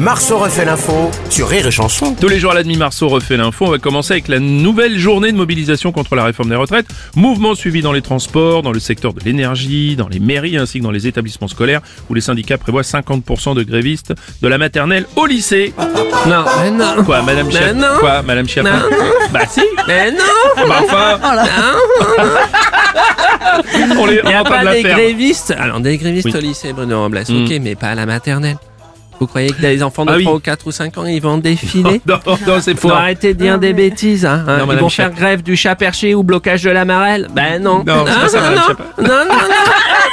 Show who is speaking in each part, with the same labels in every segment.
Speaker 1: Marceau refait l'info sur Rire et Chanson.
Speaker 2: Tous les jours à la demi-marceau refait l'info. On va commencer avec la nouvelle journée de mobilisation contre la réforme des retraites. Mouvement suivi dans les transports, dans le secteur de l'énergie, dans les mairies ainsi que dans les établissements scolaires où les syndicats prévoient 50% de grévistes de la maternelle au lycée. Non.
Speaker 3: Mais non.
Speaker 2: Quoi, Madame Chiappa
Speaker 3: non.
Speaker 2: Quoi, Madame Chiappa Bah si.
Speaker 3: Mais non
Speaker 2: Bah enfin. on les,
Speaker 3: Il
Speaker 2: on
Speaker 3: n'y
Speaker 2: est en train
Speaker 3: a
Speaker 2: de
Speaker 3: pas
Speaker 2: la
Speaker 3: des
Speaker 2: faire.
Speaker 3: grévistes Alors, des grévistes
Speaker 2: Oui. Mm.
Speaker 3: au lycée, Bruno Robles, ok, mais pas à la maternelle. Vous croyez que les enfants de
Speaker 2: Ah oui.
Speaker 3: 3 ou 4 ou 5 ans, ils vont défiler
Speaker 2: Non, non, c'est
Speaker 3: Faut
Speaker 2: non.
Speaker 3: arrêter de dire des bêtises, hein, hein.
Speaker 2: Non,
Speaker 3: Ils
Speaker 2: Madame
Speaker 3: vont faire grève du chat perché ou blocage de la marelle Ben non
Speaker 2: Non, c'est pas ça, Madame
Speaker 3: non,
Speaker 2: Chiappa.
Speaker 3: non, non, non.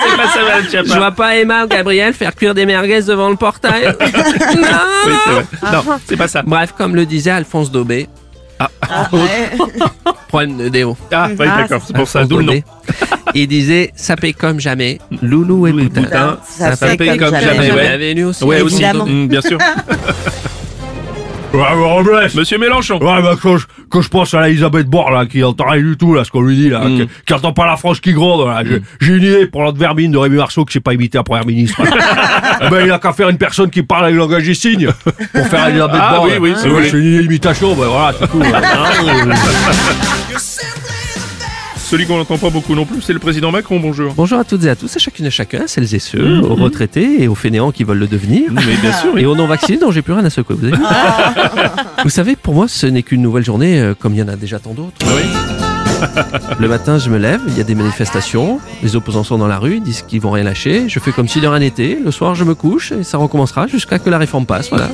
Speaker 2: C'est pas ça, Madame Chiappa.
Speaker 3: Je vois pas Emma ou Gabriel faire cuire des merguez devant le portail. non
Speaker 2: Oui, c'est vrai. Non, c'est pas ça.
Speaker 3: Bref, comme le disait Alphonse Daubé, problème de déo.
Speaker 2: Ah, oui, d'accord, c'est pour ça,
Speaker 3: Alphonse
Speaker 2: d'où le nom. Mm.
Speaker 3: Daubé. Il disait ça paie comme jamais, loulou et
Speaker 2: Loulou et
Speaker 3: boutin.
Speaker 2: boutin,
Speaker 4: ça fait
Speaker 2: fait
Speaker 4: comme
Speaker 2: comme
Speaker 4: jamais,
Speaker 2: jamais,
Speaker 3: Vous
Speaker 2: ouais.
Speaker 3: l'avez lu aussi.
Speaker 2: Ouais, aussi.
Speaker 4: Évidemment.
Speaker 2: Mm, bien sûr.
Speaker 5: Ouais, mais Robles.
Speaker 2: Monsieur Mélenchon.
Speaker 5: Ouais, bah, quand je, quand je pense à la Elisabeth Borne, là, qui n'entend rien du tout, là, ce qu'on lui dit, là,
Speaker 2: Mm.
Speaker 5: qui, qui entend pas la France qui gronde, là. J'ai, j'ai une idée pour l'autre vermine de Rémi Marceau qui s'est pas imité à première ministre. eh ben, il a qu'à faire une personne qui parle avec le langage des signes pour faire Elisabeth
Speaker 2: Ah,
Speaker 5: Borne.
Speaker 2: oui, oui,
Speaker 5: là.
Speaker 2: si
Speaker 5: Ouais,
Speaker 2: vous voulez.
Speaker 5: c'est une imitation, ben voilà, c'est tout. là.
Speaker 2: Celui qu'on n'entend pas beaucoup non plus, c'est le président Macron, bonjour.
Speaker 3: Bonjour à toutes et à tous, à chacune et chacun, celles et ceux, aux retraités et aux fainéants qui veulent le devenir.
Speaker 2: Mais bien sûr,
Speaker 3: Et aux non-vaccinés dont j'ai plus rien à secouer, vous avez vu Vous savez, pour moi, ce n'est qu'une nouvelle journée euh, comme il y en a déjà tant d'autres. Le matin, je me lève, il y a des manifestations, les opposants sont dans la rue, ils disent qu'ils vont rien lâcher, je fais comme si de rien n'était, le soir, je me couche et ça recommencera jusqu'à que la réforme passe, voilà.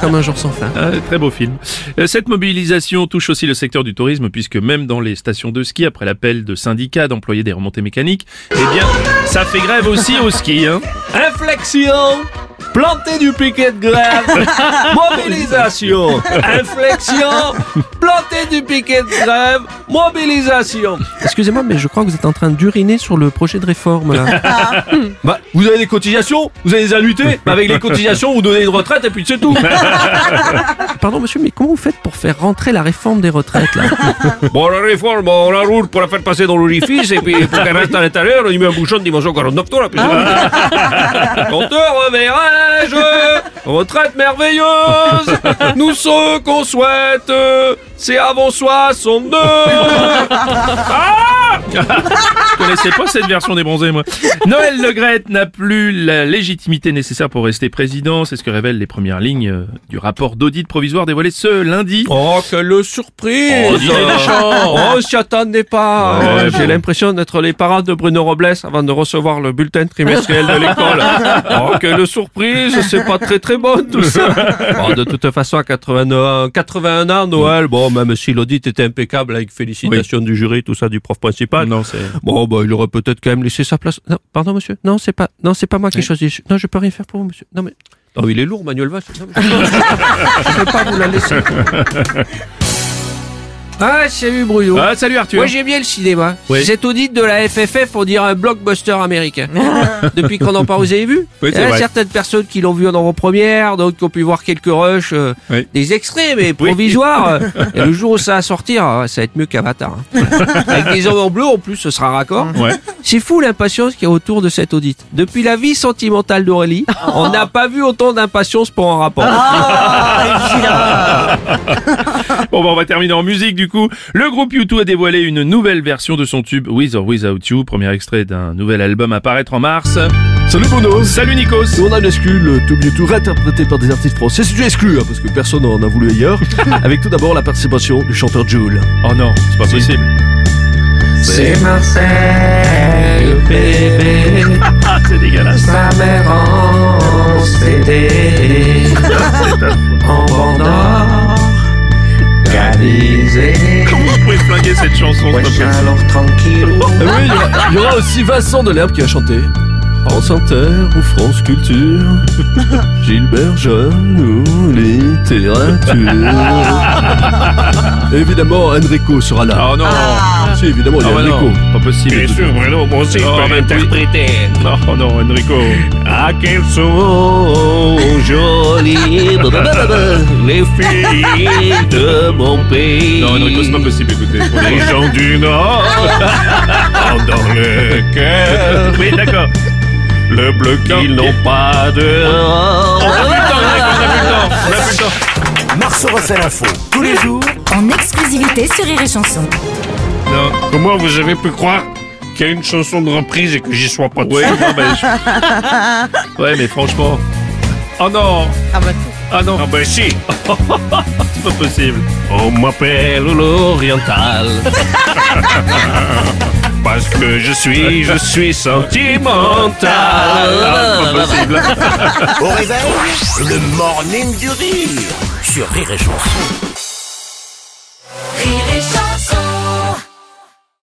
Speaker 3: comme un jour sans fin.
Speaker 2: Ah, très beau film. Euh, Cette mobilisation touche aussi le secteur du tourisme, puisque même dans les stations de ski, après l'appel de syndicats d'employés des remontées mécaniques, eh bien, ça fait grève aussi au ski. Hein.
Speaker 6: Inflexion Planter du piquet de grève Mobilisation Inflexion Planter du piquet de grève Mobilisation
Speaker 3: Excusez-moi, mais je crois que vous êtes en train d'uriner sur le projet de réforme, là.
Speaker 6: Bah, vous avez des cotisations Vous avez des annuités bah, Avec les cotisations, vous donnez une retraite et puis c'est tout
Speaker 3: Pardon monsieur, mais comment vous faites pour faire rentrer la réforme des retraites là
Speaker 6: Bon, la réforme, on la roule pour la faire passer dans l'orifice et puis pour qu'elle reste à l'intérieur, on y met un bouchon de dimension 49 tours. Quand te reverrai-je Retraite merveilleuse Nous ce qu'on souhaite, c'est avant 62
Speaker 2: Je connaissais pas cette version des bronzés, moi. Noël Le Graët n'a plus la légitimité nécessaire pour rester président. C'est ce que révèlent les premières lignes euh, du rapport d'audit provisoire dévoilé ce lundi.
Speaker 6: Oh, quelle surprise
Speaker 2: Oh, dis donc.
Speaker 6: Oh, on s'y attendait pas
Speaker 2: Ouais,
Speaker 6: J'ai
Speaker 2: bon.
Speaker 6: l'impression d'être les parents de Bruno Robles avant de recevoir le bulletin trimestriel de l'école. Oh, quelle surprise C'est pas très très bon tout ça Bon, De toute façon, à 81, 81 ans, Noël, bon, même si l'audit était impeccable avec félicitations du jury, tout ça, du prof principal,
Speaker 2: Non, c'est...
Speaker 6: bon, bah, il aurait peut-être quand même laissé sa place. Non, pardon monsieur, non, c'est pas, non, c'est pas moi qui choisis. Non, je peux rien faire pour vous monsieur. Non mais... Oh, il est lourd, Manuel Valls. Non, mais- Je peux pas vous la laisser.
Speaker 3: Ah salut Bruno
Speaker 2: Ah, salut Arthur.
Speaker 3: Moi j'aime bien le cinéma.
Speaker 2: Oui.
Speaker 3: Cet audit de la FFF, on dirait un blockbuster américain. Depuis qu'on en parle, vous avez vu
Speaker 2: Oui, c'est
Speaker 3: Il y a
Speaker 2: vrai.
Speaker 3: certaines personnes qui l'ont vu en avant-première, d'autres qui ont pu voir quelques rushs, euh,
Speaker 2: Oui.
Speaker 3: des extraits mais provisoires. euh. Et le jour où ça va sortir, euh, ça va être mieux qu'Avatar. hein. Avec des hommes en bleu en plus, ce sera raccord.
Speaker 2: Ouais.
Speaker 3: C'est fou l'impatience qu'il y a autour de cet audit. Depuis la vie sentimentale d'Aurélie, on n'a pas vu autant d'impatience pour un rapport.
Speaker 2: Bon, bah, on va terminer en musique du coup. Le groupe U2 a dévoilé une nouvelle version de son tube With or Without You, premier extrait d'un nouvel album à paraître en mars.
Speaker 5: Salut Bono.
Speaker 2: Salut Nikos
Speaker 5: On a une exclu, le double tout réinterprété par des artistes français. C'est du exclu, hein, parce que personne n'en a voulu ailleurs. Avec tout d'abord la participation du chanteur Jules.
Speaker 2: Oh non, c'est pas possible.
Speaker 3: C'est Marseille, bébé.
Speaker 2: Ah, c'est dégueulasse.
Speaker 3: Ma mère en CD. en bandant. Galisé.
Speaker 2: Comment vous pouvez flinguer cette chanson s'il te plaît
Speaker 5: Ah
Speaker 3: alors tranquille.
Speaker 5: Il y aura aussi Vincent Delerme qui a chanté.
Speaker 3: France Inter ou France Culture, Gilbert Jeune ou littérature. évidemment, Enrico sera là.
Speaker 6: Ah,
Speaker 2: Oh non
Speaker 3: Si, évidemment, il y
Speaker 2: Ah
Speaker 3: a
Speaker 2: bah non,
Speaker 3: Enrico.
Speaker 2: pas possible.
Speaker 6: Bien sûr, Bruno, moi aussi, je
Speaker 2: Oh,
Speaker 6: peux
Speaker 2: mais oui.
Speaker 6: l'interpréter.
Speaker 2: Non, non, Enrico.
Speaker 6: Ah, qu'elles sont jolies, blablabla, les filles de mon pays.
Speaker 2: Oh, Non, Enrico, c'est pas possible, écoutez.
Speaker 6: Les gens du Nord ont dans le cœur
Speaker 2: Oui, d'accord.
Speaker 6: le bleu qu'ils n'ont pas de.
Speaker 1: Marceau refait l'info tous les jours
Speaker 4: En exclusivité sur Rire et Chanson.
Speaker 2: Non.
Speaker 6: Comment vous avez pu croire qu'il y a une chanson de reprise et que j'y sois pas
Speaker 2: Ouais, non, mais ben, je- Ouais, mais franchement. Oh non
Speaker 7: Ah bah,
Speaker 2: Ah non,
Speaker 6: Ah ben si
Speaker 2: c'est pas possible.
Speaker 6: On m'appelle l'Oriental Parce que je suis, je suis sentimental
Speaker 1: au réveil. Le morning du rire sur Rire et Chanson.
Speaker 4: Rire et Chanson.